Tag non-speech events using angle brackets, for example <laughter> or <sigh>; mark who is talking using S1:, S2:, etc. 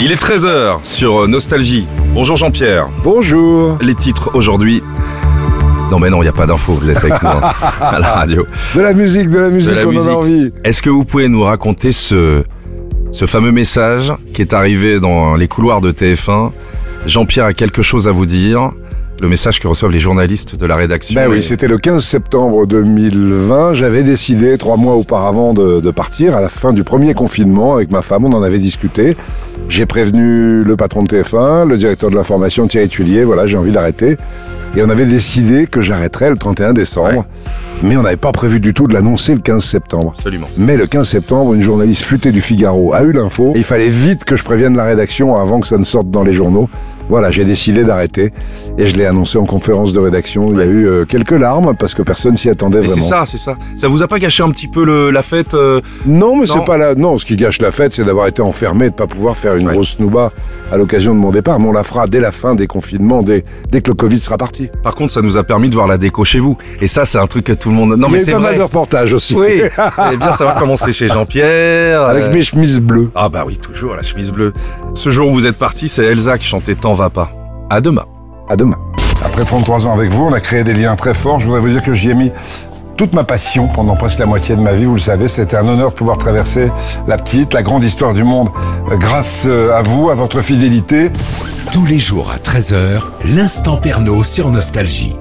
S1: Il est 13h sur euh, Nostalgie. Bonjour Jean-Pierre.
S2: Bonjour.
S1: Les titres aujourd'hui. Non mais non, il n'y a pas d'infos, vous êtes avec moi <laughs> à la radio.
S2: De la musique, de la musique,
S1: De la
S2: on en
S1: musique.
S2: a envie.
S1: Est-ce que vous pouvez nous raconter ce, ce fameux message qui est arrivé dans les couloirs de TF1 Jean-Pierre a quelque chose à vous dire. Le message que reçoivent les journalistes de la rédaction.
S2: Ben
S1: Et-
S2: oui, c'était le 15 septembre 2020. J'avais décidé trois mois auparavant de, de partir à la fin du premier confinement avec ma femme. On en avait discuté. J'ai prévenu le patron de TF1, le directeur de l'information Thierry Tulier. Voilà, j'ai envie d'arrêter. Et on avait décidé que j'arrêterais le 31 décembre. Mais on n'avait pas prévu du tout de l'annoncer le 15 septembre.
S1: Absolument.
S2: Mais le 15 septembre, une journaliste futée du Figaro a eu l'info. Il fallait vite que je prévienne la rédaction avant que ça ne sorte dans les journaux. Voilà, j'ai décidé d'arrêter et je l'ai annoncé en conférence de rédaction. Il y a eu euh, quelques larmes parce que personne s'y attendait
S1: Mais c'est
S2: vraiment.
S1: ça, c'est ça. Ça vous a pas gâché un petit peu le- la fête euh,
S2: Non, mais
S1: Non.
S2: c'est pas là. Non, ce qui gâche la fête, c'est d'avoir été enfermé, de pas pouvoir faire une
S1: Ouais.
S2: grosse nouba à l'occasion de mon départ. Mais on la fera dès la fin des confinements, dès, dès que le Covid sera parti.
S1: Par contre, ça nous a permis de voir la déco chez vous. Et ça, c'est un truc que tout le monde. Non,
S2: Il y
S1: mais
S2: a eu
S1: c'est
S2: pas mal
S1: vrai.
S2: de reportages aussi.
S1: Oui, vous allez bien savoir comment c'est chez Jean-Pierre.
S2: <laughs> Avec
S1: euh,
S2: mes chemises bleues.
S1: Ah bah oui, toujours la chemise bleue. Ce jour où vous êtes parti, c'est Elsa qui chantait T'en va pas. À demain.
S2: À demain.
S3: Après 33 ans avec vous, on a créé des liens très forts. Je voudrais vous dire que j'y ai mis toute ma passion pendant presque la moitié de ma vie. Vous le savez, c'était un honneur de pouvoir traverser la petite, la grande histoire du monde euh, grâce euh, à vous, à votre fidélité.
S4: Tous les jours à 13h, l'instant perno sur Nostalgie.